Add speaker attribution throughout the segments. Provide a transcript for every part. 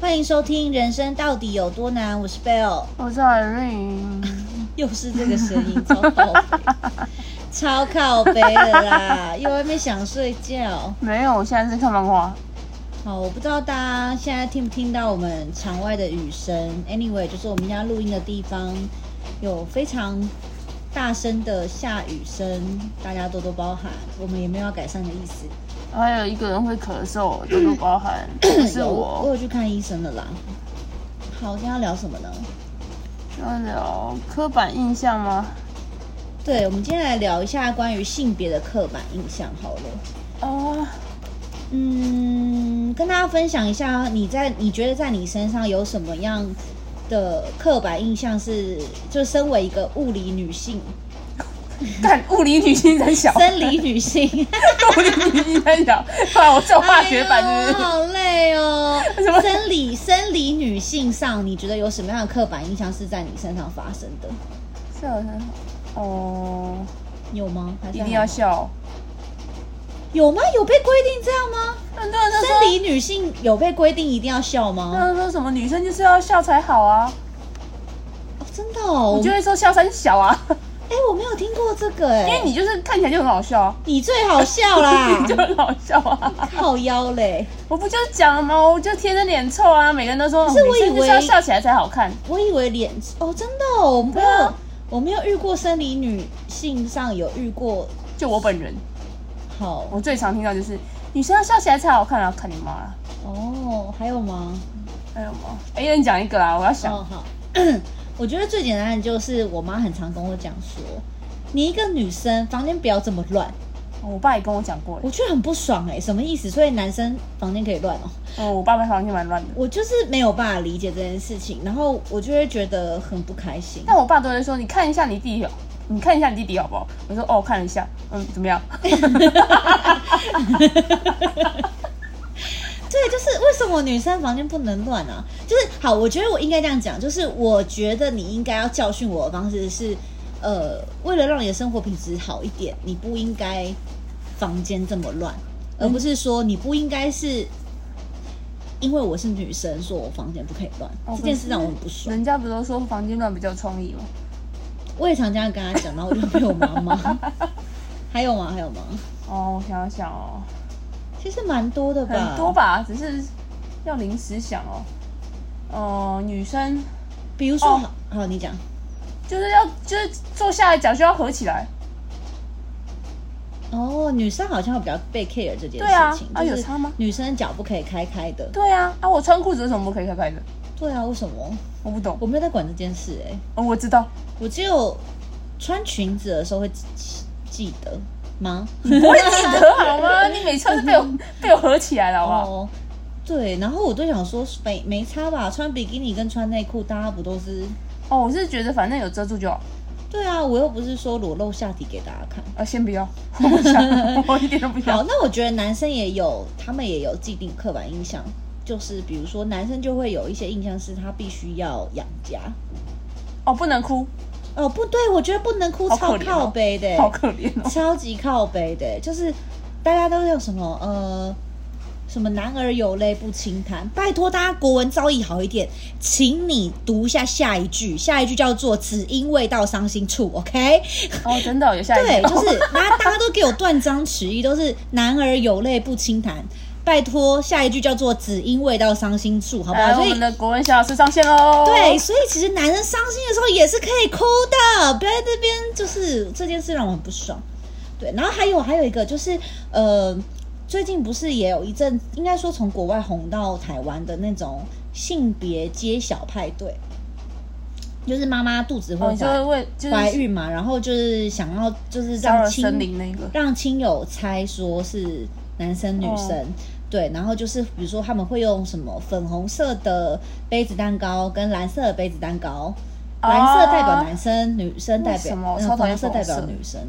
Speaker 1: 欢迎收听《人生到底有多难》，我是 Bell，
Speaker 2: 我是 Irene，
Speaker 1: 又是这个声音，超靠 北，超靠北的啦，又外面想睡觉。
Speaker 2: 没有，我现在是看漫画。
Speaker 1: 好，我不知道大家现在听不听到我们场外的雨声。Anyway，就是我们家录音的地方有非常大声的下雨声，大家多多包涵，我们也没有要改善的意思。
Speaker 2: 还有一个人会咳嗽，多多包涵，不是
Speaker 1: 有我
Speaker 2: 我。
Speaker 1: 有去看医生了啦。好，今天要聊什么呢？
Speaker 2: 要聊刻板印象吗？
Speaker 1: 对，我们今天来聊一下关于性别的刻板印象好了。哦
Speaker 2: 啊，
Speaker 1: 嗯，跟大家分享一下，你在你觉得在你身上有什么样的刻板印象是，就身为一个物理女性、
Speaker 2: 看物理女性在 小，
Speaker 1: 生理女性，
Speaker 2: 物理女性在小，不然我做 化学版
Speaker 1: 哎呦
Speaker 2: 是不是？
Speaker 1: 好累哦
Speaker 2: 为 什么。
Speaker 1: 生理生理女性上，你觉得有什么样的刻板印象是在你身上发生的？
Speaker 2: 笑得很好哦，
Speaker 1: 有吗？还是
Speaker 2: 一
Speaker 1: 还
Speaker 2: 定要
Speaker 1: 好
Speaker 2: 笑。
Speaker 1: 有吗？有被规定这样吗？
Speaker 2: 很多人都
Speaker 1: 生
Speaker 2: 说，嗯
Speaker 1: 理女性有被规定一定要笑
Speaker 2: 很
Speaker 1: 吗？
Speaker 2: 多人说什么女生就是要笑才好啊，
Speaker 1: 哦、真的哦，
Speaker 2: 我
Speaker 1: 我
Speaker 2: 就
Speaker 1: 得
Speaker 2: 会说笑三小啊，
Speaker 1: 哎、我没有听过这个哎、
Speaker 2: 因为你就是看起来就很好笑啊，
Speaker 1: 你最好笑啦
Speaker 2: 你，就很好笑啊。
Speaker 1: 靠腰嘞！
Speaker 2: 我不就是讲了吗？我就贴着脸臭啊，每个人都说，
Speaker 1: 可是我
Speaker 2: 女生
Speaker 1: 以
Speaker 2: 就是
Speaker 1: 为
Speaker 2: 要笑起来才好看。
Speaker 1: 我以为脸哦，真的哦，我没
Speaker 2: 对
Speaker 1: 有、
Speaker 2: 啊
Speaker 1: 我没有遇过生理女性上有遇过
Speaker 2: 就我本人，
Speaker 1: 好
Speaker 2: 我最常听到就是女生要笑起来才好看啊，看你妈啦，
Speaker 1: 哦，还有吗？
Speaker 2: 还有吗？哎、欸，你讲一个啊，我要想。
Speaker 1: 哦好， 我觉得最简单的就是我妈很常跟我讲说，你一个女生房间不要这么乱，
Speaker 2: 哦我爸也跟我讲过欸，
Speaker 1: 我觉得很不爽哎、什么意思？所以男生房间可以乱哦。
Speaker 2: 哦，我爸爸房间蛮乱的，
Speaker 1: 我就是没有办法理解这件事情，然后我就会觉得很不开心。
Speaker 2: 但我爸都会说，你看一下你弟弟好，你看一下你弟弟好不好？我说哦，看了一下，嗯，怎么样？
Speaker 1: 对，就是为什么女生房间不能乱啊？就是好，我觉得我应该这样讲，就是我觉得你应该要教训我的方式是，呃，为了让你的生活品质好一点，你不应该房间这么乱，而不是说你不应该是。因为我是女生，说我房间不可以乱，
Speaker 2: 哦
Speaker 1: 这件事让我很不 爽。
Speaker 2: 人家不都说房间乱比较有创意吗？
Speaker 1: 我也常这样跟她讲，然后我就被我妈 骂。还有吗？还有吗？
Speaker 2: 哦，我想想哦，
Speaker 1: 其实蛮多的吧，
Speaker 2: 很多吧，只是要临时想哦。哦、女生
Speaker 1: 比如说，
Speaker 2: 哦
Speaker 1: 好好，你讲，
Speaker 2: 就是要就是坐下来讲就要合起来。
Speaker 1: 哦，女生好像会比较被 care 这件事情，
Speaker 2: 对啊啊
Speaker 1: 就是
Speaker 2: 有差吗
Speaker 1: 女生脚不可以开开的，
Speaker 2: 对啊，啊，我穿裤子为什么不可以开开的？
Speaker 1: 对啊，为什么？
Speaker 2: 我不懂。
Speaker 1: 我没有在管这件事、欸，哎，
Speaker 2: 哦，我 知道，
Speaker 1: 我只有穿裙子的时候会记记得吗？
Speaker 2: 我会记得好吗？你每次都是被我 被我合起来了，好不啊好？
Speaker 1: 哦，对，然后我就想说没没差吧，穿比基尼跟穿内裤，大家不都是？
Speaker 2: 哦，我是觉得反正有遮住就好。
Speaker 1: 对啊，我又不是说裸露下体给大家看。
Speaker 2: 啊，先不要，我不想，我一点都不
Speaker 1: 好，
Speaker 2: 想。
Speaker 1: 那我觉得男生也有，他们也有既定刻板印象，就是比如说男生就会有一些印象是他必须要养家。
Speaker 2: 哦，不能哭，
Speaker 1: 哦，不对，我觉得不能哭
Speaker 2: 好
Speaker 1: 超
Speaker 2: 可怜哦
Speaker 1: 靠背的、欸
Speaker 2: 好可怜哦。
Speaker 1: 超级靠背的、欸就是大家都有什么呃。什么男儿有泪不轻弹？拜托大家国文造诣好一点，请你读一下下一句，下一句叫做“只因为到伤心处 ”，OK？
Speaker 2: 哦，真的哦有下一
Speaker 1: 对，
Speaker 2: 集。
Speaker 1: 就是大家大家都给我断章取义，都是男儿有泪不轻弹。拜托，下一句叫做“只因为到伤心处”，好不好？
Speaker 2: 哎来，我
Speaker 1: 所以
Speaker 2: 们的国文小老师上线喽。
Speaker 1: 对，，所以其实男人伤心的时候也是可以哭的，不要在这边就是呃这件事让我很不爽。对，然后还有还有一个就是呃，最近不是也有一阵，应该说从国外红到台湾的那种性别揭晓派对，就是妈妈肚子
Speaker 2: 哦，
Speaker 1: 会
Speaker 2: 你
Speaker 1: 怀
Speaker 2: 就会就是
Speaker 1: 怀孕嘛，然后就是想要就是
Speaker 2: 骚
Speaker 1: 让
Speaker 2: 扰
Speaker 1: 亲
Speaker 2: 森林那个。
Speaker 1: 让亲友猜说是男生女生。
Speaker 2: 哦
Speaker 1: 对，然后就是比如说他们会用什么粉红色的杯子蛋糕跟蓝色的杯子蛋糕，蓝色代表男生，女生代
Speaker 2: 啊为
Speaker 1: 表
Speaker 2: 什么我
Speaker 1: 嗯
Speaker 2: 超讨
Speaker 1: 粉红
Speaker 2: 厌
Speaker 1: 色
Speaker 2: 粉
Speaker 1: 代表
Speaker 2: 红色
Speaker 1: 女生。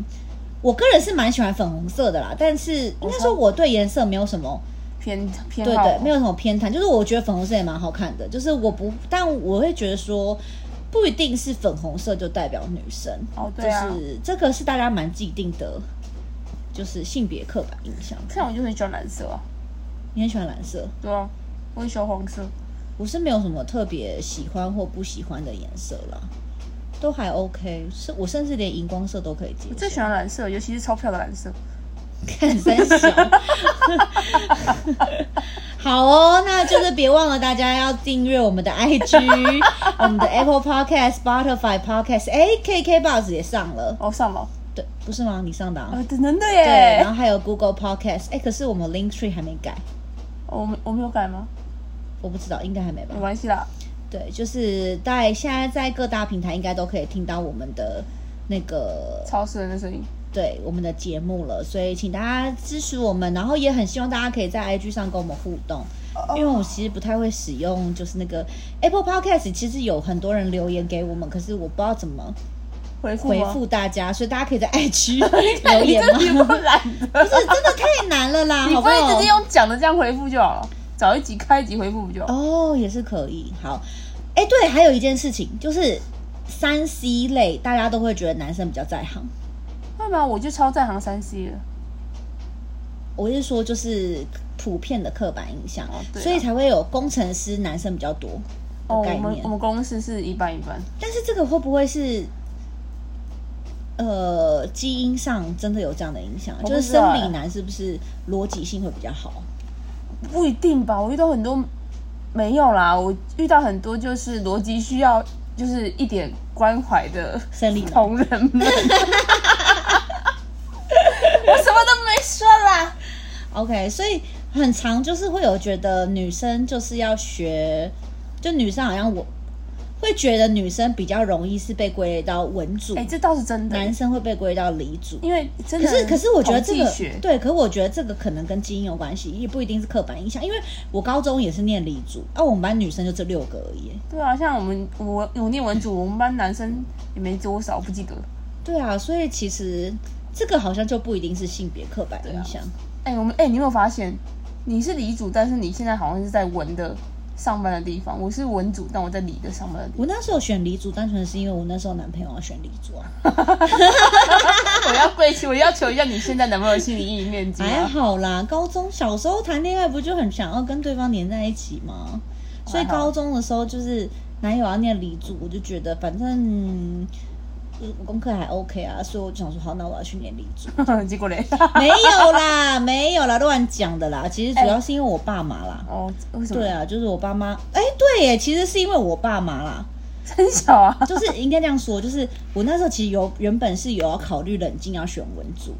Speaker 1: 我个人是蛮喜欢粉红色的啦，但是应该
Speaker 2: 我超
Speaker 1: 说我对颜色没有什么
Speaker 2: 偏偏
Speaker 1: 对
Speaker 2: 好
Speaker 1: 对，没有什么偏袒，就是我觉得粉红色也蛮好看的，就是我不，但我会觉得说，不一定是粉红色就代表女生，
Speaker 2: 哦对啊
Speaker 1: 就是这个是大家蛮既定的，就是性别刻板印象。
Speaker 2: 像我就很喜欢蓝色啊，
Speaker 1: 你很喜欢蓝色，
Speaker 2: 对啊，我也喜欢黄色。
Speaker 1: 我是没有什么特别喜欢或不喜欢的颜色啦，都还 OK。是我甚至连荧光色都可以接
Speaker 2: 我
Speaker 1: 受。
Speaker 2: 最喜欢蓝色，尤其是钞票的蓝色。
Speaker 1: 看三小。 好哦，那就是别忘了大家要订阅我们的 IG，我们的 Apple Podcast、Spotify Podcast，哎，KK Box 也上了，
Speaker 2: 哦，上了，
Speaker 1: 对，不是吗？你上的、啊。
Speaker 2: 啊，真的
Speaker 1: 对，然后
Speaker 2: 耶！
Speaker 1: 还有 Google Podcast，哎，可是我们 Link Tree 还没改，
Speaker 2: 哦我们我们有改吗？
Speaker 1: 我不知道，应该还没吧
Speaker 2: 没？关系啦，
Speaker 1: 对，就是在现在在各大平台应该都可以听到我们的那个
Speaker 2: 超市人的声音。
Speaker 1: 对我们的节目了，所以请大家支持我们，然后也很希望大家可以在 IG 上跟我们互动，因为我其实不太会使用，就是那个 Apple Podcast，其实有很多人留言给我们，可是我不知道怎么
Speaker 2: 回复
Speaker 1: 回
Speaker 2: 吗
Speaker 1: 复大家，所以大家可以在 IG 留言
Speaker 2: 你这 你
Speaker 1: 吗？
Speaker 2: 不懒
Speaker 1: 不
Speaker 2: 得，
Speaker 1: 是，真的太难了啦，
Speaker 2: 你
Speaker 1: 好
Speaker 2: 不
Speaker 1: 不
Speaker 2: 会
Speaker 1: 好
Speaker 2: 直接？用讲的这样回复就好了，找一集开一集回复不就好？
Speaker 1: 哦，也是可以。好，哎，对，还有一件事情就是三 C 类，大家都会觉得男生比较在行。
Speaker 2: 会吗？我就超在行三 C 了。
Speaker 1: 我是说，就是普遍的刻板印象，
Speaker 2: 哦对啊
Speaker 1: 所以才会有工程师男生比较多的
Speaker 2: 哦，我
Speaker 1: 概
Speaker 2: 们
Speaker 1: 念。
Speaker 2: 我们公司是一般一般，
Speaker 1: 但是这个会不会是，呃，基因上真的有这样的影响？
Speaker 2: 我不
Speaker 1: 就是
Speaker 2: 知道
Speaker 1: 生理
Speaker 2: 欸
Speaker 1: 男是不是逻辑性会比较好？
Speaker 2: 不一定吧？我遇到很多没有啦，我遇到很多就是逻辑需要就是一点关怀的
Speaker 1: 生理男
Speaker 2: 同仁 们。我什么都没说啦，
Speaker 1: OK，所以很常就是会有觉得女生就是要学，就女生好像我会觉得女生比较容易是被归类到文组，
Speaker 2: 哎、这倒是真的，
Speaker 1: 男生会被归类到理组。
Speaker 2: 因为真
Speaker 1: 可
Speaker 2: 的
Speaker 1: 是，可是我觉得这
Speaker 2: 统
Speaker 1: 个
Speaker 2: 计学
Speaker 1: 对，可是我觉得这个可能跟基因有关系，也不一定是刻板印象。因为我高中也是念理组，啊，我们班女生就这六个而已。
Speaker 2: 对啊，像我们我我念文组，我们班男生也没多少，不记得。
Speaker 1: 对啊，所以其实这个好像就不一定是性别刻板印象。
Speaker 2: 哎、我们哎、你有没有发现，你是理组，但是你现在好像是在文的上班的地方，我是文组，但我在理的上班的地
Speaker 1: 我那时候选理组，单纯是因为我那时候男朋友要选理组啊，
Speaker 2: 方。 我要跪求，我要求一下你现在男朋友心理阴影面积
Speaker 1: 还
Speaker 2: 啊！
Speaker 1: 好啦。高中小时候谈恋爱不就很想要跟对方黏在一起吗？所以
Speaker 2: 还好
Speaker 1: 高中的时候就是男友要啊念理组，我就觉得反正。嗯我功课还 OK 啊，所以我就想说，好，那我要去念理 组。
Speaker 2: 结果嘞，
Speaker 1: 没有啦，没有啦，乱讲的啦。其实主要是因为我爸妈啦。
Speaker 2: 哦，为什么？
Speaker 1: 对， 啊，就是我爸妈。哎、对耶，其实是因为我爸妈啦。
Speaker 2: 很小啊。
Speaker 1: 就是应该这样说，就是我那时候其实有原本是有要考虑冷静要选文组，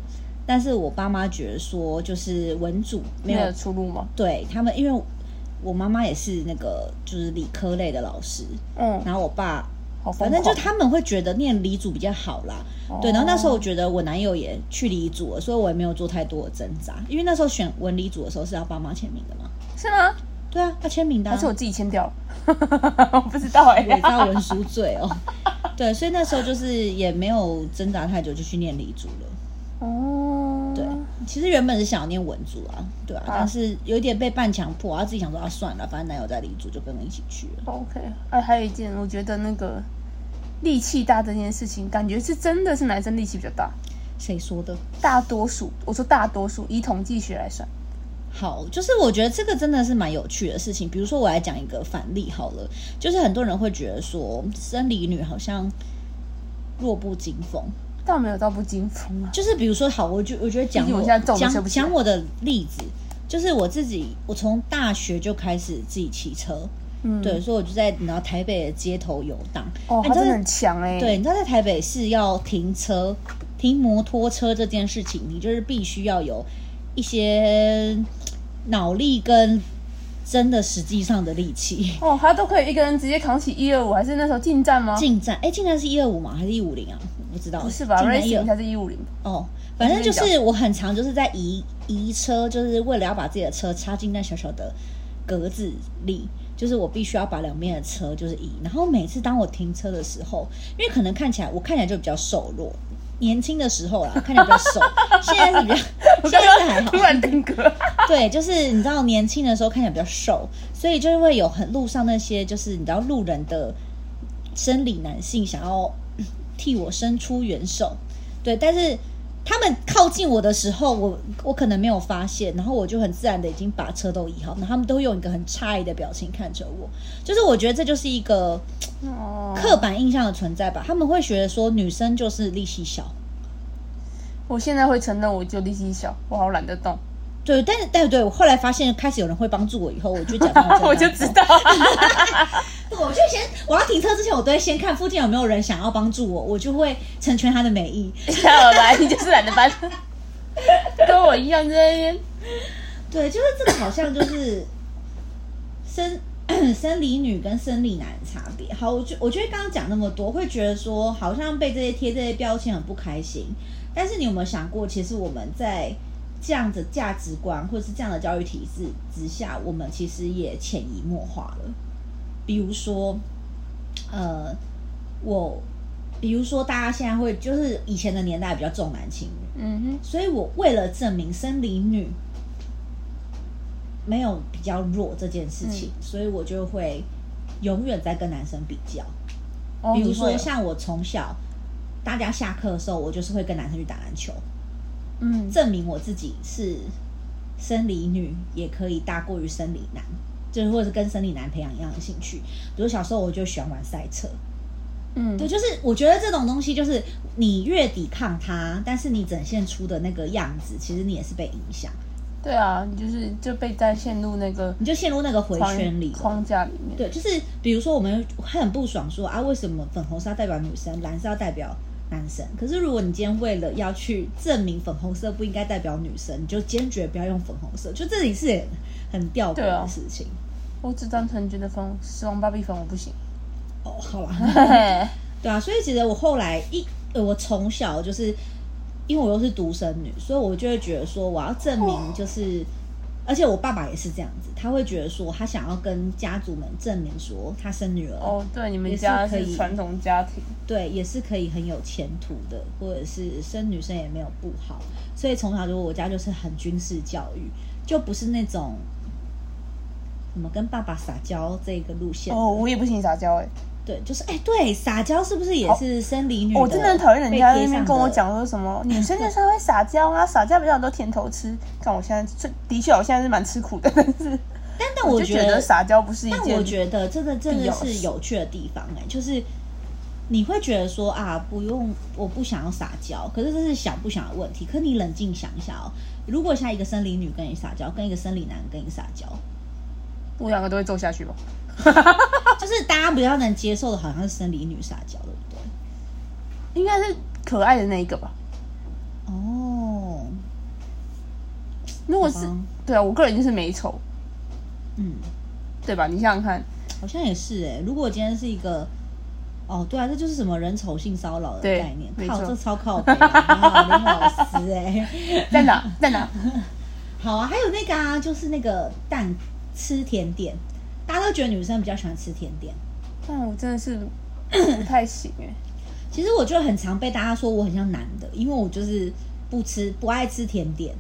Speaker 1: 但是我爸妈觉得说就是文组没
Speaker 2: 没
Speaker 1: 有
Speaker 2: 有出路吗？
Speaker 1: 对他们，因为我妈妈也是那个就是理科类的老师，
Speaker 2: 嗯，
Speaker 1: 然后我爸
Speaker 2: 好疯
Speaker 1: 反
Speaker 2: 狂，
Speaker 1: 正就他们会觉得念理组比较好啦。
Speaker 2: 哦
Speaker 1: 对，然后那时候我觉得我男友也去理组了，所以我也没有做太多的挣扎，因为那时候选文理组的时候是要爸妈签名的嘛。
Speaker 2: 是吗？
Speaker 1: 对啊，要签名的、啊。
Speaker 2: 还是我自己签掉了？ 我不知道哎、
Speaker 1: 伪造文书罪哦。 对，所以那时候就是也没有挣扎太久，就去念理组了。
Speaker 2: 哦，
Speaker 1: 对，其实原本是想要念文组啊，对啊，
Speaker 2: 啊
Speaker 1: 但是有一点被半强迫，然后自己想说啊，算了，反正男友在理组，就跟我一起去了。
Speaker 2: OK，哎、还有一件，我觉得那个力气大这件事情，感觉是真的是男生力气比较大，
Speaker 1: 谁说的？
Speaker 2: 大多数，我说大多数，以统计学来算，
Speaker 1: 好，就是我觉得这个真的是蛮有趣的事情。比如说，我来讲一个反例好了，就是很多人会觉得说，生理女好像弱不禁风。
Speaker 2: 倒没有到不经风啊。
Speaker 1: 就是比如说，好，我就我觉得讲
Speaker 2: 毕竟
Speaker 1: 我
Speaker 2: 我现在皱都皱
Speaker 1: 讲
Speaker 2: 不起来
Speaker 1: 讲我的例子，就是我自己，我从大学就开始自己骑车，
Speaker 2: 嗯，
Speaker 1: 对，，所以我就在你知道台北的街头游荡。
Speaker 2: 哦，
Speaker 1: 哎你知
Speaker 2: 他
Speaker 1: 道
Speaker 2: 真的很强哎、
Speaker 1: 对，，你知道在台北市要停车、停摩托车这件事情，你就是必须要有一些脑力跟真的实际上的力气。
Speaker 2: 哦，他都可以一个人直接扛起一二五，还是那时候进站吗？
Speaker 1: 进站，哎、进站是一二五吗？还是一五零啊？我不知道，
Speaker 2: 不是吧
Speaker 1: 进站
Speaker 2: ？Racing
Speaker 1: 125
Speaker 2: 才是一五零，
Speaker 1: 哦，反正就
Speaker 2: 我
Speaker 1: 是我很常就是在移移车，就是为了要把自己的车插进那小小的格子里，就是我必须要把两边的车就是移。然后每次当我停车的时候，因为可能看起来我看起来就比较瘦弱，年轻的时候啦，看起来比较 瘦，现在是比较，
Speaker 2: 我
Speaker 1: 现在
Speaker 2: 刚
Speaker 1: 是还
Speaker 2: 刚
Speaker 1: 好
Speaker 2: 突，然定格，
Speaker 1: 对，就是你知道年轻的时候看起来比较瘦，所以就会有很路上那些就是你知道路人的 生理男性想要替我伸出援手，对，但是他们靠近我的时候，我我可能没有发现，然后我就很自然的已经把车都移好，然后他们都会用一个很诧异的表情看着我，就是我觉得这就是一个
Speaker 2: 哦，
Speaker 1: 刻板印象的存在吧。他们会觉得说女生就是力气小，
Speaker 2: 我现在会承认我就力气小，我好懒得动，
Speaker 1: 对，但是但对我后来发现开始有人会帮助我以后，我就假装
Speaker 2: 我就知道，
Speaker 1: 对， 我就先我要停车之前，我都会先看附近有没有人想要帮助我，我就会成全他的美意。
Speaker 2: 下我来，你就是懒得搬，跟我一样在那边。
Speaker 1: 对，就是这个好像就是 生 生理女跟生理男的差别。好，我觉我觉得刚刚讲那么多，会觉得说好像被这些贴这些标签很不开心。但是你有没有想过，其实我们在这样的价值观或者是这样的教育体制之下，我们其实也潜移默化了。比如说，呃，我比如说大家现在会就是以前的年代比较重男轻女，
Speaker 2: 嗯
Speaker 1: 所以我为了证明生理女没有比较弱这件事情，
Speaker 2: 嗯
Speaker 1: 所以我就会永远在跟男生比较。
Speaker 2: 哼，哦
Speaker 1: 比如
Speaker 2: 你会
Speaker 1: 说，像我从小大家下课的时候，我就是会跟男生去打篮球，
Speaker 2: 嗯，
Speaker 1: 证明我自己是生理女，也可以大过于生理男，就是或者是跟生理男培养一样的兴趣。比如小时候我就喜欢玩赛车，
Speaker 2: 嗯，
Speaker 1: 对，就是我觉得这种东西，就是你越抵抗它，但是你展现出的那个样子，其实你也是被影响，
Speaker 2: 对啊，你就是就被带陷入那个
Speaker 1: 你就陷入那个回
Speaker 2: 框
Speaker 1: 圈里了。
Speaker 2: 框架里面。
Speaker 1: 对，就是比如说我们会很不爽说啊，为什么粉红色要代表女生，蓝色要代表男生？可是如果你今天为了要去证明粉红色不应该代表女生，你就坚决不要用粉红色，就这里是很很吊诡
Speaker 2: 对啊
Speaker 1: 的事情。
Speaker 2: 我只单纯觉得粉死亡芭比粉我不 行。
Speaker 1: 哦，好啦。
Speaker 2: 嘿嘿
Speaker 1: 对啊，所以其实我后来一，呃我从小就是因为我又是独生女，所以我就会觉得说我要证
Speaker 2: 哦
Speaker 1: 明就是，而且我爸爸也是这样子，他会觉得说他想要跟家族们证明说他生女儿，
Speaker 2: 哦，对，你
Speaker 1: 也
Speaker 2: 们
Speaker 1: 是
Speaker 2: 家
Speaker 1: 可
Speaker 2: 是
Speaker 1: 以
Speaker 2: 传统家庭。
Speaker 1: 对，也是可以很有前途的，或者是生女生也没有不好，所以从小就我家就是很军事教育，就不是那种什么跟爸爸撒娇这个路线的
Speaker 2: 哦，我也不行撒娇哎、
Speaker 1: 对，就是哎、对，撒娇是不是也
Speaker 2: 好
Speaker 1: 是生理女？
Speaker 2: 哦我真的很讨厌人家在
Speaker 1: 被
Speaker 2: 那
Speaker 1: 贴上
Speaker 2: 边
Speaker 1: 的
Speaker 2: 跟我讲说什么女生就是会撒娇 啊，撒娇比较很多甜头吃。但我现在是的 确，我现在是蛮吃苦的，但是
Speaker 1: 但但
Speaker 2: 我
Speaker 1: 我
Speaker 2: 就
Speaker 1: 觉
Speaker 2: 觉得
Speaker 1: 得，
Speaker 2: 撒娇不是一
Speaker 1: 但
Speaker 2: 件
Speaker 1: 我觉得这个真
Speaker 2: 必
Speaker 1: 的
Speaker 2: 要的
Speaker 1: 是
Speaker 2: 事
Speaker 1: 有趣的地方哎、就是你会觉得说啊，不用，我不想要撒娇，可是这是想不想的问题。可你冷静想一下哦，如果像一个生理女跟你撒娇，跟一个生理男跟你撒娇，
Speaker 2: 我两个都会揍下去吧。
Speaker 1: 就是大家比较能接受的，好像是生理女撒娇，对不对？
Speaker 2: 应该是可爱的那一个吧。
Speaker 1: 哦，
Speaker 2: 如果是
Speaker 1: 好吧
Speaker 2: 对啊，我个人就是美丑，
Speaker 1: 嗯，
Speaker 2: 对吧？你想想看，
Speaker 1: 好像也是哎、如果今天是一个。哦，对啊，这就是什么人丑性骚扰的
Speaker 2: 对
Speaker 1: 概念，
Speaker 2: 没
Speaker 1: 靠，
Speaker 2: 错
Speaker 1: 这超靠北的，啊林老师哎、
Speaker 2: 在哪在哪？
Speaker 1: 好啊，还有那个啊，就是那个蛋吃甜点，大家都觉得女生比较喜欢吃甜点。
Speaker 2: 但我真的是 不太行哎、
Speaker 1: 其实我就很常被大家说我很像男的，因为我就是不吃不爱吃甜点，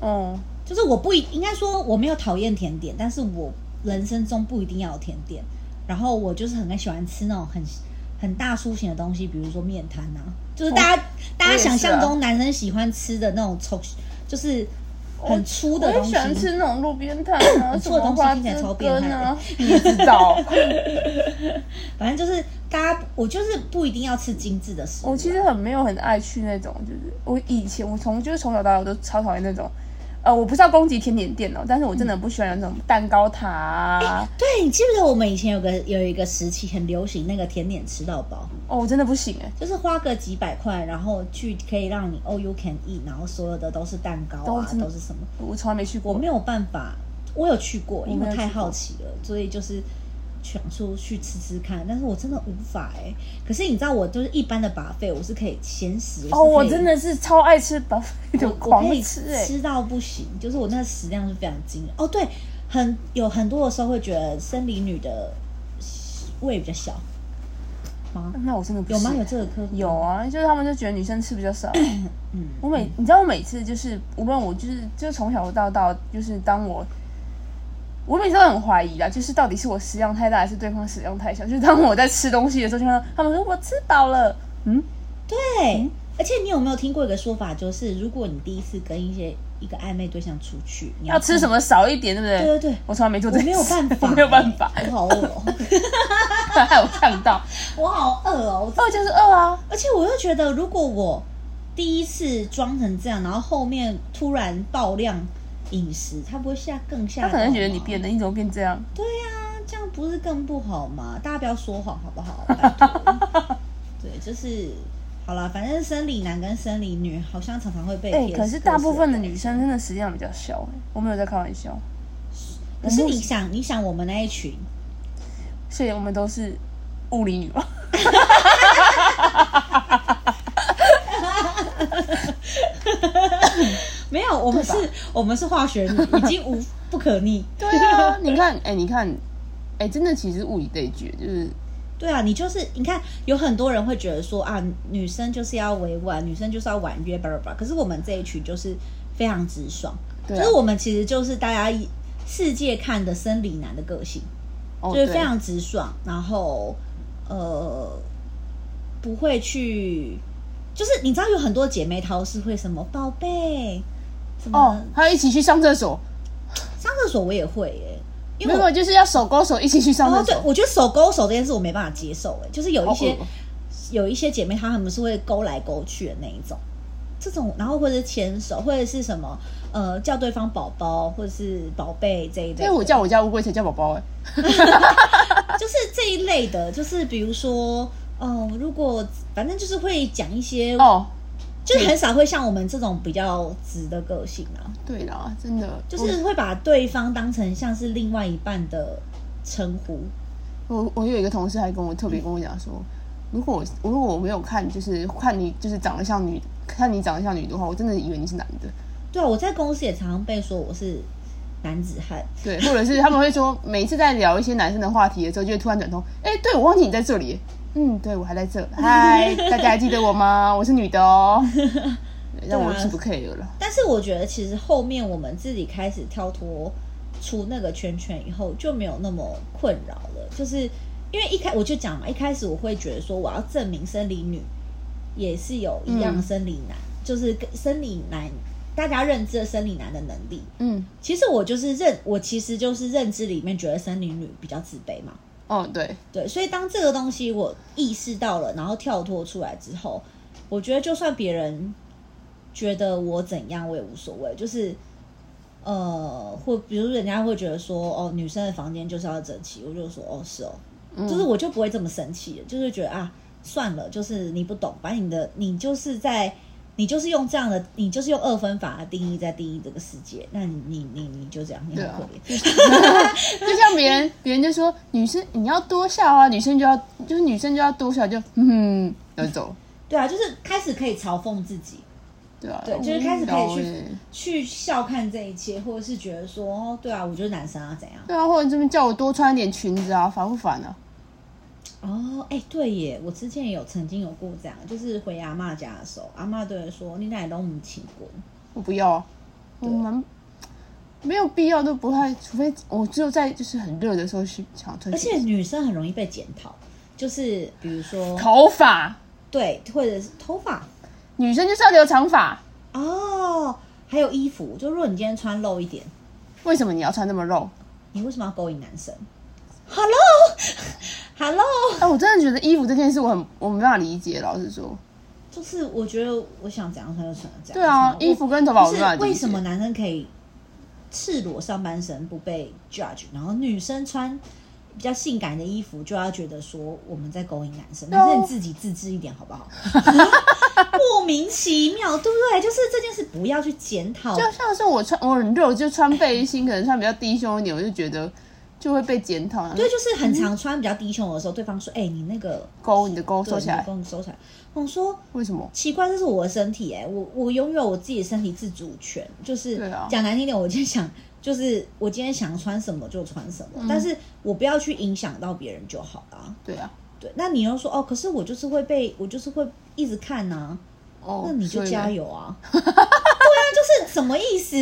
Speaker 2: 哦、
Speaker 1: 就是我不一应该说我没有讨厌甜点，但是我人生中不一定要有甜点。然后我就是很喜欢吃那种很很大苏型的东西，比如说面摊啊，就是大家、大
Speaker 2: 我
Speaker 1: 家
Speaker 2: 也是啊
Speaker 1: 想象中男生喜欢吃的那种粗，就是很粗的
Speaker 2: 我也
Speaker 1: 东西。
Speaker 2: 喜欢吃那种路 边摊啊，
Speaker 1: 你
Speaker 2: 什
Speaker 1: 做的
Speaker 2: 么
Speaker 1: 东西
Speaker 2: 花
Speaker 1: 听起来超
Speaker 2: 枝
Speaker 1: 变
Speaker 2: 根
Speaker 1: 态
Speaker 2: 啊
Speaker 1: 的，
Speaker 2: 你也知道。
Speaker 1: 反正就是大家，我就是不一定要吃精致的食物啊。
Speaker 2: 我哦其实很没有很爱去那种，就是我以前我从就是从小到大我都超讨厌那种，呃，我不是要攻击甜点店哦，但是我真的很不喜欢有那种蛋糕塔、啊，
Speaker 1: 对，你记不记得我们以前有个有一个时期很流行那个甜点吃到饱，
Speaker 2: 哦，我真的不行哎，
Speaker 1: 就是花个几百块，然后去可以让你 all you can eat，然后所有的都是蛋糕
Speaker 2: 都
Speaker 1: 啊，
Speaker 2: 真
Speaker 1: 都
Speaker 2: 的
Speaker 1: 是什么？
Speaker 2: 我从来没去过。
Speaker 1: 我没有办法，我有去过，因
Speaker 2: 我没
Speaker 1: 为
Speaker 2: 有
Speaker 1: 太
Speaker 2: 去过
Speaker 1: 好奇了，所以就是想说去吃吃看，但是我真的无法哎、可是你知道，我就是一般的把费，我是可以闲食
Speaker 2: 哦，我
Speaker 1: 是可以
Speaker 2: 真的是超爱吃巴菲的
Speaker 1: 我我
Speaker 2: 狂
Speaker 1: 可以
Speaker 2: 吃哎、
Speaker 1: 吃到不行，就是我那个食量是非常惊人。哦，对，很有很多的时候会觉得生理女的胃比较小嗯吗？
Speaker 2: 那我真的不
Speaker 1: 有吗？
Speaker 2: 行
Speaker 1: 有这个科普？
Speaker 2: 有啊，就是他们就觉得女生吃比较少。
Speaker 1: 嗯，
Speaker 2: 我每你知道我每次就是无论我就是就是从小到大就是当我我每次都很怀疑啦，就是到底是我食量太大还是对方食量太小。就是当我在吃东西的时候，就看到他们说我吃饱了，嗯，
Speaker 1: 对，而且你有没有听过一个说法，就是如果你第一次跟一些一个暧昧对象出去，你
Speaker 2: 要吃什
Speaker 1: 么？
Speaker 2: 么少一点，对不对？
Speaker 1: 对对对
Speaker 2: 我从来没做
Speaker 1: 我
Speaker 2: 这
Speaker 1: 没
Speaker 2: 件
Speaker 1: 有
Speaker 2: 事，
Speaker 1: 办法，欸
Speaker 2: 我没有办法，
Speaker 1: 我好饿哦，
Speaker 2: 害我呛 到。
Speaker 1: 我好饿哦，我
Speaker 2: 饿就是饿啊，
Speaker 1: 而且我又觉得，如果我第一次装成这样，然后后面突然爆量饮食，他不会下更下？
Speaker 2: 他可能觉得你变。了，你怎么变这样？
Speaker 1: 对呀、这样不是更不好吗？大家不要说谎好不好？拜 托对，就是好了，反正生理男跟生理女好像常常会被
Speaker 2: 哎、
Speaker 1: 贴
Speaker 2: 可是
Speaker 1: 各
Speaker 2: 大
Speaker 1: 式
Speaker 2: 部分的
Speaker 1: 标
Speaker 2: 女生真的食量比较小、哎，我没有在开玩笑，
Speaker 1: 可是你想，你想我们那一群，
Speaker 2: 所以我们都是物理女王。
Speaker 1: 没有，我们是
Speaker 2: 对，
Speaker 1: 我们是化学女，已经无 不可逆。
Speaker 2: 对啊，你看，哎、你看，哎、真的其实物以类聚，就是
Speaker 1: 对啊，你就是你看，有很多人会觉得说啊，女生就是要委婉，女生就是要婉约，巴拉巴拉。可是我们这一群就是非常直爽，
Speaker 2: 对啊
Speaker 1: 就是我们其实就是大家一世界看的生理男的个性，
Speaker 2: 哦
Speaker 1: 就是
Speaker 2: 对
Speaker 1: 非常直爽，然后呃不会去，就是你知道有很多姐妹淘是会什么宝贝，什么、
Speaker 2: 哦，还要一起去上厕所，
Speaker 1: 上厕所我也会耶、因
Speaker 2: 没
Speaker 1: 为我
Speaker 2: 有就是要手勾手一起去上
Speaker 1: 哦，
Speaker 2: 厕
Speaker 1: 对
Speaker 2: 所，，
Speaker 1: 我觉得手勾手这件事我没办法接受、哎，就是有一些、
Speaker 2: 好恶
Speaker 1: 有一些姐妹她们是会勾来勾去的那一种，这种然后或者是牵手或者是什么呃叫对方宝宝或者是宝贝这一类的，
Speaker 2: 因为我叫我家乌龟，谁叫宝宝哎？
Speaker 1: 就是这一类的，就是比如说。哦，如果反正就是会讲一些，
Speaker 2: 哦，
Speaker 1: 就是很少会像我们这种比较直的个性啊，
Speaker 2: 对啦，真的，
Speaker 1: 就是会把对方当成像是另外一半的称呼。
Speaker 2: 我我我有一个同事还跟我特别跟我讲说，如果我如果我没有看，就是看你就是长得像女，看你长得像女的话，我真的以为你是男的，
Speaker 1: 对啊，我在公司也常常被说我是男子汉，
Speaker 2: 对，或者是他们会说，每次在聊一些男生的话题的时候，就会突然转头，哎、对我忘记你在这里，嗯，对我还在 这，嗨，大家还记得我吗？我是女的哦，对让我
Speaker 1: 啊
Speaker 2: 是不 care 了，
Speaker 1: 但是我觉得，其实后面我们自己开始跳脱出那个圈圈以后，就没有那么困扰了。就是因为一开我就讲嘛，一开始我会觉得说，我要证明生理女也是有一样
Speaker 2: 嗯
Speaker 1: 生理男，就是跟生理男大家认知的生理男的能力。
Speaker 2: 嗯，
Speaker 1: 其实我就是认，我其实就是认知里面觉得生理女比较自卑嘛。
Speaker 2: 哦，对，
Speaker 1: 对，所以当这个东西我意识到了，然后跳脱出来之后，我觉得就算别人觉得我怎样，我也无所谓。就是呃，或比如人家会觉得说，哦，女生的房间就是要整齐，我就说，哦，是哦，
Speaker 2: 嗯
Speaker 1: 就是我就不会这么生气了，就是觉得啊，算了，就是你不懂，把你的你就是在。你就是用这样的，你就是用二分法的定义在定义这个世界，那你你你你就这样，你
Speaker 2: 对
Speaker 1: 很
Speaker 2: 啊
Speaker 1: 可怜。
Speaker 2: 就像别人，别人就说女生你要多笑啊，女生就要就是女生就要多笑，就嗯，要走，
Speaker 1: 对啊，就是开始可以嘲讽自己，
Speaker 2: 对啊，
Speaker 1: 对就是开始可以去
Speaker 2: 无聊欸
Speaker 1: 去笑看这一切，或者是觉得说，哦，对啊，我就是男生啊，怎样？
Speaker 2: 对啊，或者这边叫我多穿一点裙子啊，烦不烦啊？
Speaker 1: 哦，哎、对耶，我之前也有曾经有过这样，就是回阿嬷家的时候，阿嬷对我说，你哪里都没请过，
Speaker 2: 我不要啊，我蛮没有必要都不太，除非我只有在就是很热的时候去想穿裙
Speaker 1: 而
Speaker 2: 子。
Speaker 1: 且女生很容易被检讨，就是比如说，
Speaker 2: 头发，
Speaker 1: 对，或者是头发，
Speaker 2: 女生就是要留长发，
Speaker 1: 哦，还有衣服，就如果你今天穿露一点，
Speaker 2: 为什么你要穿那么露？
Speaker 1: 你为什么要勾引男生？Hello，Hello，
Speaker 2: 哎、我真的觉得衣服这件事我很我没办法理解，老实说。
Speaker 1: 就是我觉得我想怎样穿就穿这样，
Speaker 2: 对啊，
Speaker 1: 我
Speaker 2: 衣服跟头发
Speaker 1: 就
Speaker 2: 我没
Speaker 1: 是
Speaker 2: 办法理解。
Speaker 1: 为什么？男生可以赤裸上半身不被 judge，然后女生穿比较性感的衣服就要觉得说我们在勾引男生？
Speaker 2: 对啊
Speaker 1: 男生你自己自制一点好不好？ 嗯莫名其妙，对不对？就是这件事不要去检讨
Speaker 2: 就像是我穿我很热，我就穿背心，可能穿比较低胸一点，我就觉得就会被检讨。
Speaker 1: 对，，就是
Speaker 2: 嗯
Speaker 1: 很常穿比较低胸的时候，对方说：“哎、你那个
Speaker 2: 勾你的勾收起
Speaker 1: 对你
Speaker 2: 来，
Speaker 1: 帮我收起来。”我说
Speaker 2: 为什么？
Speaker 1: 奇怪，这是我的身体哎、我我拥有我自己的身体自主权，就是
Speaker 2: 对啊
Speaker 1: 讲难听点，我今天想就是我今天想穿什么就穿什么，
Speaker 2: 嗯
Speaker 1: 但是我不要去影响到别人就好啦。
Speaker 2: 对啊，
Speaker 1: 对，那你又说哦，可是我就是会被我就是会一直看呐、
Speaker 2: 哦，
Speaker 1: 那你就
Speaker 2: 所以
Speaker 1: 加
Speaker 2: 呢。嗯
Speaker 1: 油啊！对啊，就是什么意思？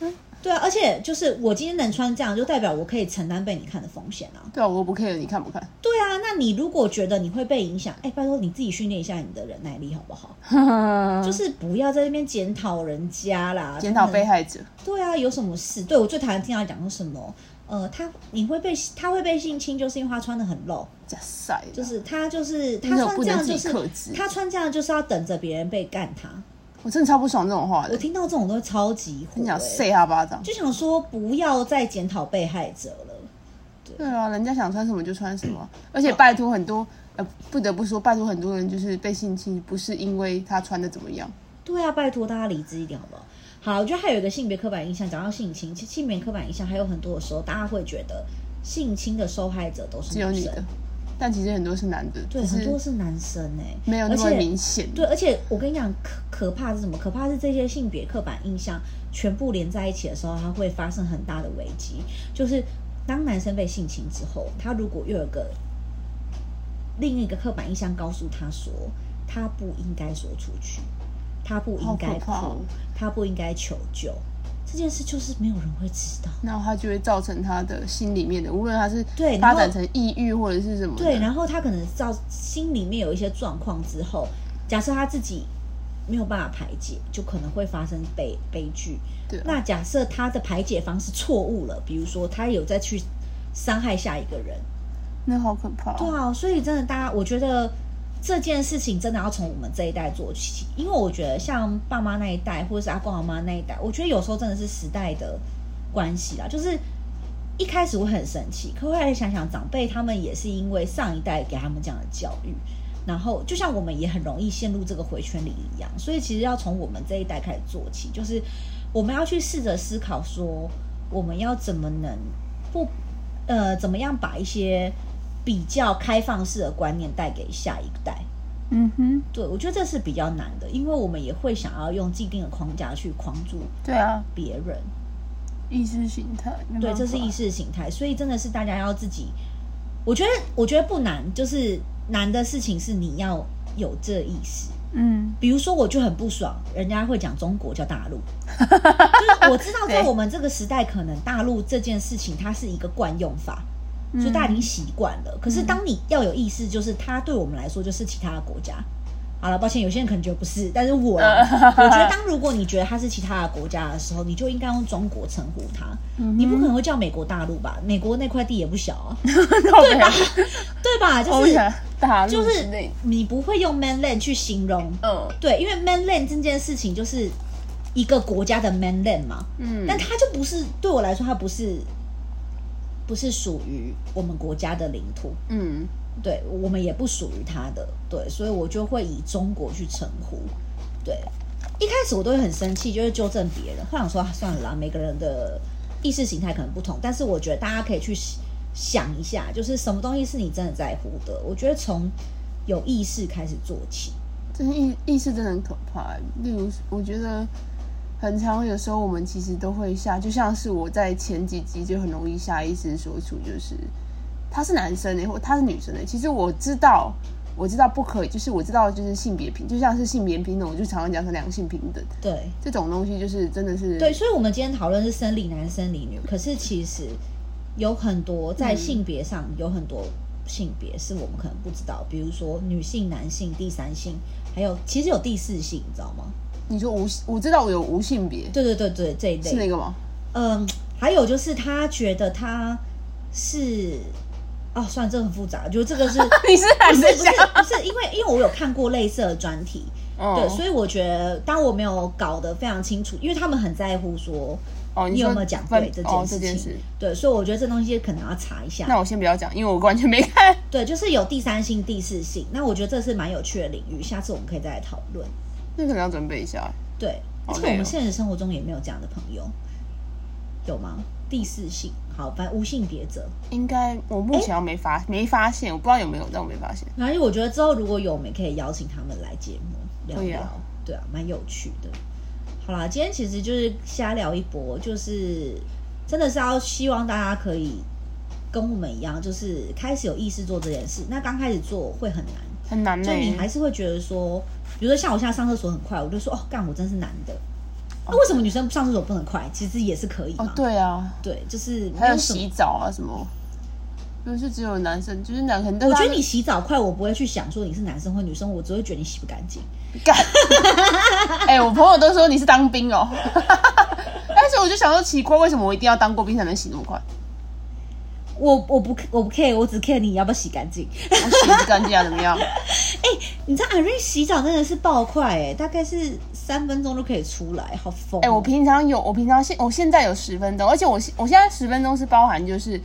Speaker 1: 对对啊，而且就是我今天能穿这样，就代表我可以承担被你看的风险啊。
Speaker 2: 对啊，我又不 care 你看不看，
Speaker 1: 对啊，那你如果觉得你会被影响，哎，拜托你自己训练一下你的忍耐力好不好？ 就
Speaker 2: 就是
Speaker 1: 不要在那边检讨人家啦，
Speaker 2: 检讨
Speaker 1: 真的
Speaker 2: 被害者。
Speaker 1: 对啊，有什么事？对我最讨厌听他讲说什么，呃，他你会被他会被性侵，就是因为他穿的很露，
Speaker 2: 假赛啦，
Speaker 1: 就是他就是
Speaker 2: 那
Speaker 1: 他
Speaker 2: 种
Speaker 1: 穿
Speaker 2: 不
Speaker 1: 这
Speaker 2: 能
Speaker 1: 样就
Speaker 2: 自己
Speaker 1: 是
Speaker 2: 克制。
Speaker 1: 他穿这样就是要等着别人被干他。
Speaker 2: 我真的超不爽这种话
Speaker 1: 我
Speaker 2: 的，
Speaker 1: 听到这种都会超级火、
Speaker 2: 你想
Speaker 1: 欸，
Speaker 2: 塞他巴掌。
Speaker 1: 就想说不要再检讨被害者了。
Speaker 2: 对啊，人家想穿什么就穿什么，而且拜托很多呃，不得不说，拜托很多人就是被性侵，不是因为他穿的怎么样，
Speaker 1: 对啊，拜托大家理智一点好不好？好，我觉得还有一个性别刻板印象，讲到性侵，其实性别刻板印象还有很多的时候，大家会觉得性侵的受害者都是
Speaker 2: 只有
Speaker 1: 女
Speaker 2: 女
Speaker 1: 生
Speaker 2: 的，，但其实很多是男的，
Speaker 1: 对，
Speaker 2: 只是
Speaker 1: 很多是男生哎、
Speaker 2: 没有那么
Speaker 1: 而且
Speaker 2: 明显。
Speaker 1: 对，而且我跟你讲，可可怕是什么？可怕是这些性别刻板印象全部连在一起的时候，它会发生很大的危机。就是当男生被性侵之后，他如果又有个另一个刻板印象告诉他说，他不应该说出去，他不
Speaker 2: 好
Speaker 1: 应
Speaker 2: 可
Speaker 1: 该
Speaker 2: 怕哦
Speaker 1: 哭，他不应该求救，这件事就是没有人会知道。
Speaker 2: 然后他就会造成他的心里面的，无论他是
Speaker 1: 对然
Speaker 2: 发
Speaker 1: 后
Speaker 2: 展成抑郁或者是什么的，
Speaker 1: 对，然后他可能造心里面有一些状况之后，假设他自己没有办法排解，就可能会发生悲悲剧。
Speaker 2: 对啊
Speaker 1: 那假设他的排解方式错误了，比如说他有再去伤害下一个人，
Speaker 2: 那好可怕哦。
Speaker 1: 对啊，所以真的大家，我觉得这件事情真的要从我们这一代做起，因为我觉得像爸妈那一代，或者是阿公阿妈那一代，我觉得有时候真的是时代的关系啦，就是。一开始我很生气，可后来想想，长辈他们也是因为上一代给他们这样的教育，然后就像我们也很容易陷入这个回圈里一样，所以其实要从我们这一代开始做起，就是我们要去试着思考说，我们要怎么能不呃怎么样把一些比较开放式的观念带给下一代。
Speaker 2: 嗯哼，
Speaker 1: 对，我觉得这是比较难的，因为我们也会想要用既定的框架去框住
Speaker 2: 对啊，
Speaker 1: 别人。
Speaker 2: 意识形态，没
Speaker 1: 对，
Speaker 2: 办
Speaker 1: 这是
Speaker 2: 法
Speaker 1: 意识形态，所以真的是大家要自己。我觉得，我觉得不难，就是难的事情是你要有这意识。
Speaker 2: 嗯，
Speaker 1: 比如说，我就很不爽，人家会讲中国叫大陆，就是我知道在
Speaker 2: 对
Speaker 1: 我们这个时代，可能大陆这件事情它是一个惯用法，
Speaker 2: 嗯
Speaker 1: 所以大家已经习惯了。可是当你要有意识，就是它对我们来说就是其他的国家。好了，抱歉，有些人可能觉得不是，但是我啦
Speaker 2: 呃
Speaker 1: 我觉得当如果你觉得它是其他的国家的时候，你就应该用中国称呼它，
Speaker 2: 嗯
Speaker 1: 你不可能会叫美国大陆吧？美国那块地也不小啊，
Speaker 2: 对吧？
Speaker 1: 对 吧？就
Speaker 2: 我
Speaker 1: 是
Speaker 2: 想大陆
Speaker 1: 就是呃
Speaker 2: 之类的
Speaker 1: 你不会用 mainland 去形容
Speaker 2: 嗯
Speaker 1: 对，因为 mainland 这件事情就是一个国家的 mainland 嘛，
Speaker 2: 嗯，
Speaker 1: 但它就不是对我来说，它不是不是属于我们国家的领土，
Speaker 2: 嗯，
Speaker 1: 对我们也不属于它的，对，所以我就会以中国去称呼，对。一开始我都会很生气，就会纠正别人，后来我说、啊、算了啦，每个人的意识形态可能不同，但是我觉得大家可以去想一下，就是什么东西是你真的在乎的。我觉得从有意识开始做起，
Speaker 2: 这意意识真的很可怕。例如，我觉得很常有时候我们其实都会下，就像是我在前几集就很容易下意识说出，就是他是男生的、欸或他是女生的、其实我知道，我知道不可以，就是我知道就是性别平，就像是性别平等，我就常常讲成两性平等
Speaker 1: 对。
Speaker 2: 这种东西，就是真的是
Speaker 1: 对，所以，我们今天讨论是生理男、生理女，可是其实有很多在性别上有很多性别是我们可能不知道，比如说女性、男性、第三性，还有其实有第四性，你知道吗？
Speaker 2: 你说无，我知道我有无性别
Speaker 1: 对对对对，这一类
Speaker 2: 是那个吗？
Speaker 1: 嗯，还有就是他觉得他是。哦，算了，这很复杂，就这个是不
Speaker 2: 你是男
Speaker 1: 是
Speaker 2: 生
Speaker 1: 不是
Speaker 2: 想
Speaker 1: 不是，因为因为我有看过类似的专题，
Speaker 2: 哦
Speaker 1: 对，所以我觉得当我没有搞得非常清楚，因为他们很在乎说
Speaker 2: 哦，
Speaker 1: 你有
Speaker 2: 说
Speaker 1: 没有讲
Speaker 2: 分
Speaker 1: 对这
Speaker 2: 哦
Speaker 1: 件
Speaker 2: 这
Speaker 1: 事
Speaker 2: 件
Speaker 1: 情？
Speaker 2: 事？
Speaker 1: 对，所以我觉得这东西可能要查一下。
Speaker 2: 那我先不要讲，因为我完全没看。
Speaker 1: 对，就是有第三性、第四性，那我觉得这是蛮有趣的领域，下次我们可以再来讨论。
Speaker 2: 那可能要准备一下。
Speaker 1: 对，
Speaker 2: 好
Speaker 1: 而且
Speaker 2: 累
Speaker 1: 我们
Speaker 2: 哦
Speaker 1: 现实生活中也没有这样的朋友，有吗？第四性，好，反正无性别者。
Speaker 2: 应该我目前没发、没发现，我不知道有没有，但我没发现。
Speaker 1: 反正我觉得之后如果有，我们也可以邀请他们来节目聊
Speaker 2: 对
Speaker 1: 聊，
Speaker 2: 啊
Speaker 1: 对啊，蛮有趣的。好啦，今天其实就是瞎聊一波，就是真的是要希望大家可以跟我们一样，就是开始有意识做这件事。那刚开始做会很难，
Speaker 2: 很难呢、
Speaker 1: 就你还是会觉得说，比如说像我现在上厕所很快，我就说哦，干我真是男的，那、为什么女生上厕所不能快？其实也是可以嘛。
Speaker 2: 哦，对啊，
Speaker 1: 对就是没
Speaker 2: 还有
Speaker 1: 什么
Speaker 2: 洗澡啊什么，不是只有男生，就是男很多。
Speaker 1: 我觉得你洗澡快，我不会去想说你是男生或女生，我只会觉得你洗不干净。
Speaker 2: 干，哎、我朋友都说你是当兵 哦，但是我就想说奇怪，为什么我一定要当过兵才能洗那么快？
Speaker 1: 我我不我不 care，我只 care 你要不要洗干净。
Speaker 2: 我洗不干净啊，怎么样？
Speaker 1: 哎、你知道阿瑞洗澡真的是爆快哎、大概是三分钟就可以出来，好疯哦、
Speaker 2: 哎、我平常有，我平常现我现在有十分钟，而且我现我现在十分钟是包含就是，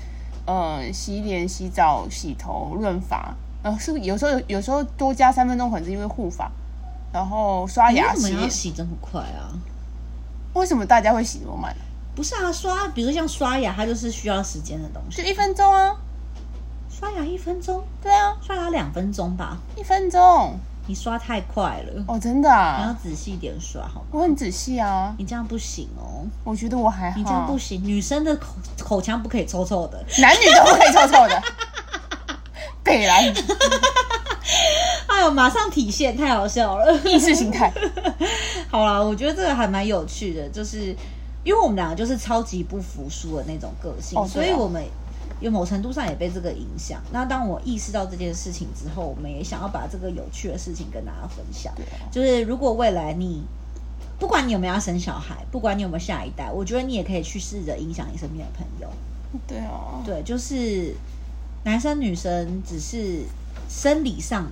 Speaker 2: 呃，洗脸、洗澡、洗头、润发，呃，是不是有时候有有时候多加三分钟，可能是因为护发，然后刷
Speaker 1: 你
Speaker 2: 牙、
Speaker 1: 为
Speaker 2: 洗
Speaker 1: 什么要
Speaker 2: 脸。
Speaker 1: 洗这么快啊？
Speaker 2: 为什么大家会洗那么慢？
Speaker 1: 不是啊，刷，比如说像刷牙，它就是需要时间的东西。
Speaker 2: 就一分钟啊，
Speaker 1: 刷牙一分钟，
Speaker 2: 对啊，
Speaker 1: 刷牙两分钟吧。
Speaker 2: 一分钟
Speaker 1: 你刷太快了，
Speaker 2: 哦，真的
Speaker 1: 你要
Speaker 2: 啊，
Speaker 1: 仔细一点刷好吗？
Speaker 2: 我很仔细啊，
Speaker 1: 你这样不行哦，
Speaker 2: 我觉得我还好，
Speaker 1: 你这样不行，女生的口口腔不可以臭臭的。
Speaker 2: 男女都可以臭臭 的，北来
Speaker 1: 哎呦，马上体现，太好笑了。
Speaker 2: 意识形态，
Speaker 1: 好啦，我觉得这个还蛮有趣的，就是因为我们两个就是超级不服输的那种个性，
Speaker 2: 哦对啊
Speaker 1: 所以我们有某程度上也被这个影响。那当我意识到这件事情之后，我们也想要把这个有趣的事情跟大家分享。
Speaker 2: 对啊
Speaker 1: 就是如果未来你不管你有没有要生小孩，不管你有没有下一代，我觉得你也可以去试着影响你身边的朋友。
Speaker 2: 对啊，
Speaker 1: 对，就是男生女生只是生理上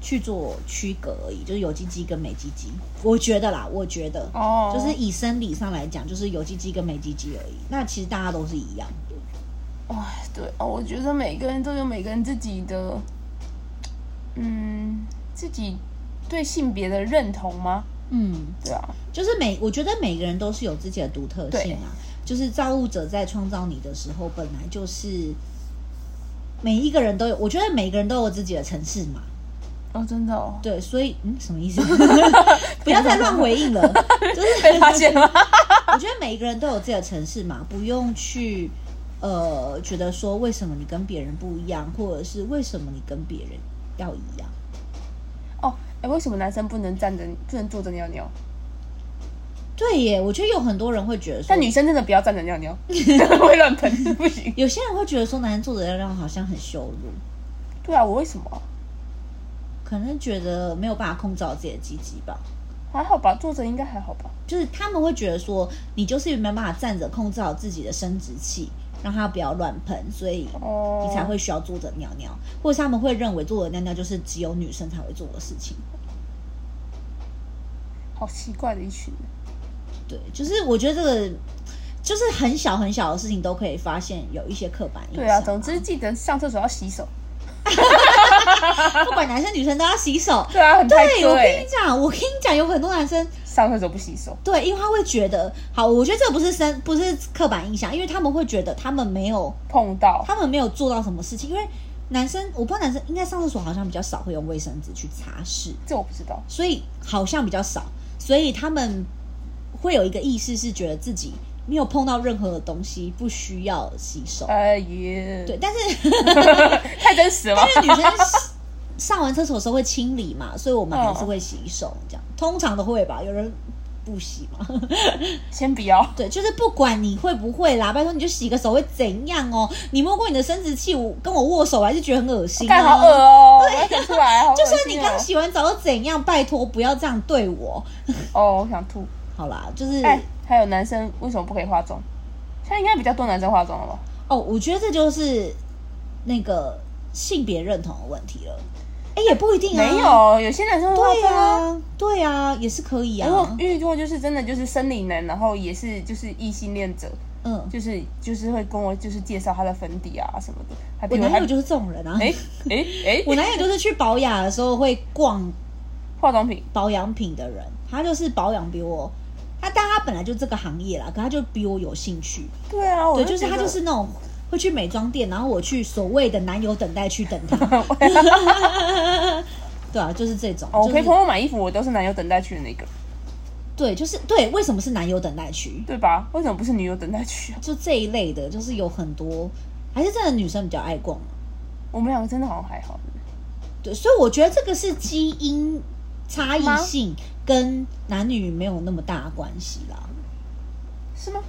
Speaker 1: 去做区隔而已，就是有鸡鸡跟没鸡鸡。我觉得啦，我觉得，
Speaker 2: 哦，
Speaker 1: 就是以生理上来讲，就是有鸡鸡跟没鸡鸡而已。那其实大家都是一样的。
Speaker 2: 哇，对哦，我觉得每个人都有每个人自己的，嗯，自己对性别的认同吗？
Speaker 1: 嗯，
Speaker 2: 对啊，
Speaker 1: 就是每我觉得每个人都是有自己的独特性啊。就是造物者在创造你的时候，本来就是每一个人都有，我觉得每个人都有自己的城市嘛。
Speaker 2: 哦，真的哦，
Speaker 1: 对，所以嗯，什么意思？不要再乱回应了，就是
Speaker 2: 被发现了，
Speaker 1: 我觉得每一个人都有自己的城市嘛，不用去呃觉得说为什么你跟别人不一样，或者是为什么你跟别人要一样。
Speaker 2: 哦，哎，为什么男生不能站着，不能坐着尿尿？
Speaker 1: 对耶，我觉得有很多人会觉得说，
Speaker 2: 但女生真的不要站着尿 尿，会乱喷，不行。
Speaker 1: 有些人会觉得说男人坐着要让好像很羞辱，
Speaker 2: 对啊，我为什么啊？
Speaker 1: 可能觉得没有办法控制好自己的鸡鸡吧。
Speaker 2: 还好吧，坐着应该还好吧？
Speaker 1: 就是他们会觉得说，你就是没办法站着控制好自己的生殖器，让它不要乱喷，所以
Speaker 2: 哦，
Speaker 1: 你才会需要坐着尿尿，或者是他们会认为坐着尿尿就是只有女生才会做的事情。
Speaker 2: 好奇怪的一群人。
Speaker 1: 对，就是我觉得这个就是很小很小的事情都可以发现有一些刻板印象。
Speaker 2: 对啊，总之记得上厕所要洗手。
Speaker 1: 啊不管男生女生都要洗手。
Speaker 2: 对啊，很 太
Speaker 1: 对，我
Speaker 2: 多
Speaker 1: 跟
Speaker 2: 哎
Speaker 1: 你，讲，我跟你讲，有很多男生
Speaker 2: 上厕所不洗手。
Speaker 1: 对，因为他会觉得，好，我觉得这不是生，不是刻板印象，因为他们会觉得他们没有，
Speaker 2: 碰到
Speaker 1: 他们没有做到什么事情，因为男生，我不知道男生应该上厕所好像比较少会用卫生纸去擦拭，
Speaker 2: 这我不知道。
Speaker 1: 所以好像比较少，所以他们会有一个意识是觉得自己没有碰到任何的东西，不需要洗手。
Speaker 2: 哎呀，
Speaker 1: 对，，但是
Speaker 2: 太真实了吧。
Speaker 1: 但是女生上完厕所的时候会清理嘛，所以我们还是会洗手，这样、通常都会吧。有人不洗嘛？
Speaker 2: 先不要，
Speaker 1: 对，就是不管你会不会啦，拜托你就洗个手会怎样哦？你摸过你的生殖器，我跟我握手，我还是觉得很恶心、啊，
Speaker 2: 看好恶哦，我要讲出来，好恶
Speaker 1: 就
Speaker 2: 心
Speaker 1: 算
Speaker 2: 哦
Speaker 1: 你刚洗完澡又怎样？拜托不要这样对我。
Speaker 2: 哦，我想吐。
Speaker 1: 好啦，就是、
Speaker 2: 哎，还有男生为什么不可以化妆？现在应该比较多男生化妆了吧？
Speaker 1: 哦，我觉得这就是那个性别认同的问题了。哎，也不一定啊，
Speaker 2: 没，有，有些男生会化
Speaker 1: 对
Speaker 2: 妆啊。
Speaker 1: 啊，对啊，也是可以
Speaker 2: 如果
Speaker 1: 啊。
Speaker 2: 遇过就是真的就是生理男，然后也是就是异性恋者，
Speaker 1: 嗯，
Speaker 2: 就是就是会跟我就是介绍他的粉底啊什么的，还比
Speaker 1: 我
Speaker 2: 我
Speaker 1: 男
Speaker 2: 还
Speaker 1: 友就是这种人啊。
Speaker 2: 哎哎哎，
Speaker 1: 我男友就是去保养的时候会逛
Speaker 2: 化妆品
Speaker 1: 保养品的人，他就是保养比我，他但他本来就这个行业啦，可他就比我有兴趣。
Speaker 2: 对啊，我
Speaker 1: 对，就是
Speaker 2: 觉
Speaker 1: 他
Speaker 2: 得
Speaker 1: 就是那种会去美妆店，然后我去所谓的男友等待区等他。 对啊，就是这种。
Speaker 2: 哦，我
Speaker 1: 就
Speaker 2: 陪
Speaker 1: 是
Speaker 2: 朋友买衣服，我都是男友等待区的那个，
Speaker 1: 对，就是对，为什么是男友等待区？
Speaker 2: 对吧？为什么不是女友等待区啊？
Speaker 1: 就这一类的，就是有很多，还是真的女生比较爱逛啊、
Speaker 2: 我们两个真的好像还好，
Speaker 1: 对，所以我觉得这个是基因差异
Speaker 2: 吗
Speaker 1: 性跟男女没有那么大的关系啦。
Speaker 2: 是吗？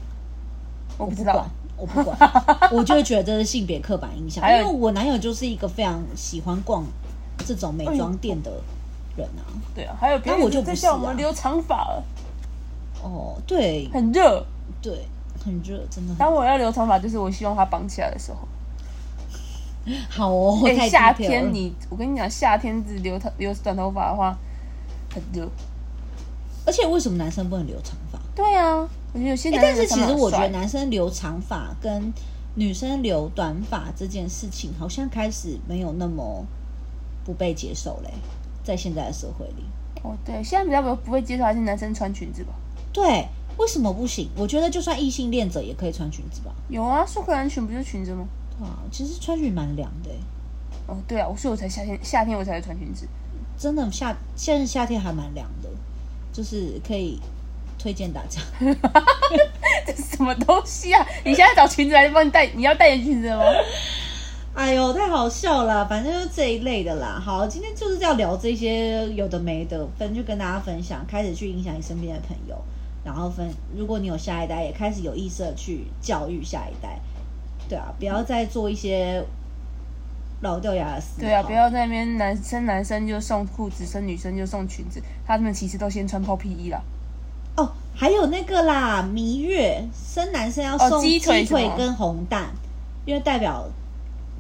Speaker 2: 我
Speaker 1: 我
Speaker 2: 不知
Speaker 1: 不
Speaker 2: 道
Speaker 1: 管。，我不 管，我就会觉得这是性别刻板印象。
Speaker 2: 还
Speaker 1: 因
Speaker 2: 有
Speaker 1: 为我男友就是一个非常喜欢逛这种美妆店的人啊。
Speaker 2: 对啊，还有别
Speaker 1: 那
Speaker 2: 人
Speaker 1: 我就不
Speaker 2: 在
Speaker 1: 是
Speaker 2: 笑我
Speaker 1: 啊
Speaker 2: 们留长发了，
Speaker 1: 哦，对
Speaker 2: 很热。
Speaker 1: 对，很热，真的很
Speaker 2: 当我要留长发，就是我希望它绑起来的时候。
Speaker 1: 好哦。
Speaker 2: 哎、
Speaker 1: 太
Speaker 2: 夏
Speaker 1: detail 了
Speaker 2: 天你，我跟你讲，夏天只留头留短头发的话，很热。
Speaker 1: 而且为什么男生不能留长发？
Speaker 2: 对啊，我觉得有些
Speaker 1: 哎、
Speaker 2: 男
Speaker 1: 但
Speaker 2: 生
Speaker 1: 是
Speaker 2: 留
Speaker 1: 其
Speaker 2: 长发
Speaker 1: 实我觉得
Speaker 2: 很帅
Speaker 1: 男生留长发跟女生留短发这件事情，好像开始没有那么不被接受嘞，在现在的社会里。
Speaker 2: 哦，对，现在比较不不会接受还是男生穿裙子吧？
Speaker 1: 对，为什么不行？我觉得就算异性恋者也可以穿裙子吧。
Speaker 2: 有啊，苏格兰裙不就是裙子吗？
Speaker 1: 对啊，其实穿裙蛮凉的欸，
Speaker 2: 哦，对啊，所以我才夏天夏天我才会穿裙子。
Speaker 1: 真的夏现在夏天还蛮凉的，就是可以推荐大家。
Speaker 2: 这是什么东西啊？你现在找裙子来帮你代，你要代言裙子了吗？
Speaker 1: 哎呦，太好笑了，反正就这一类的啦。好，今天就是要聊这些有的没的，反正就跟大家分享，开始去影响你身边的朋友，然后分，如果你有下一代，也开始有意识的去教育下一代，对啊，不要再做一些老掉牙的思考。
Speaker 2: 对啊，不要在那边男生男生就送裤子，生女生就送裙子，他们其实都先穿包屁衣啦。
Speaker 1: 哦，还有那个啦，蜜月生男生要
Speaker 2: 哦
Speaker 1: 送
Speaker 2: 鸡腿什么
Speaker 1: 跟红蛋，因为代表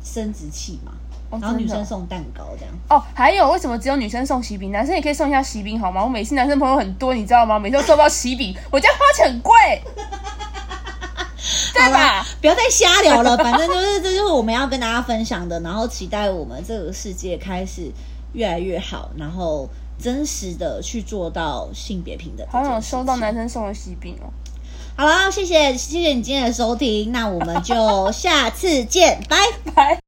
Speaker 1: 生殖器嘛，
Speaker 2: 哦
Speaker 1: 然后女
Speaker 2: 真的
Speaker 1: 生
Speaker 2: 哦
Speaker 1: 送蛋糕这样。
Speaker 2: 哦，还有为什么只有女生送喜饼，男生也可以送一下喜饼好吗？我每次男生朋友很多，你知道吗？每次都收到喜饼， 我家花 钱很贵，对
Speaker 1: 好
Speaker 2: 吧
Speaker 1: 啦？不要再瞎聊了，反正就是 这就是我们要跟大家分享的，然后期待我们这个世界开始越来越好，然后真实的去做到性别平等这件
Speaker 2: 好
Speaker 1: 事情。
Speaker 2: 想收到男生送的喜饼哦。
Speaker 1: 好啦，谢谢谢谢你今天的收听，那我们就下次见，拜。
Speaker 2: 拜。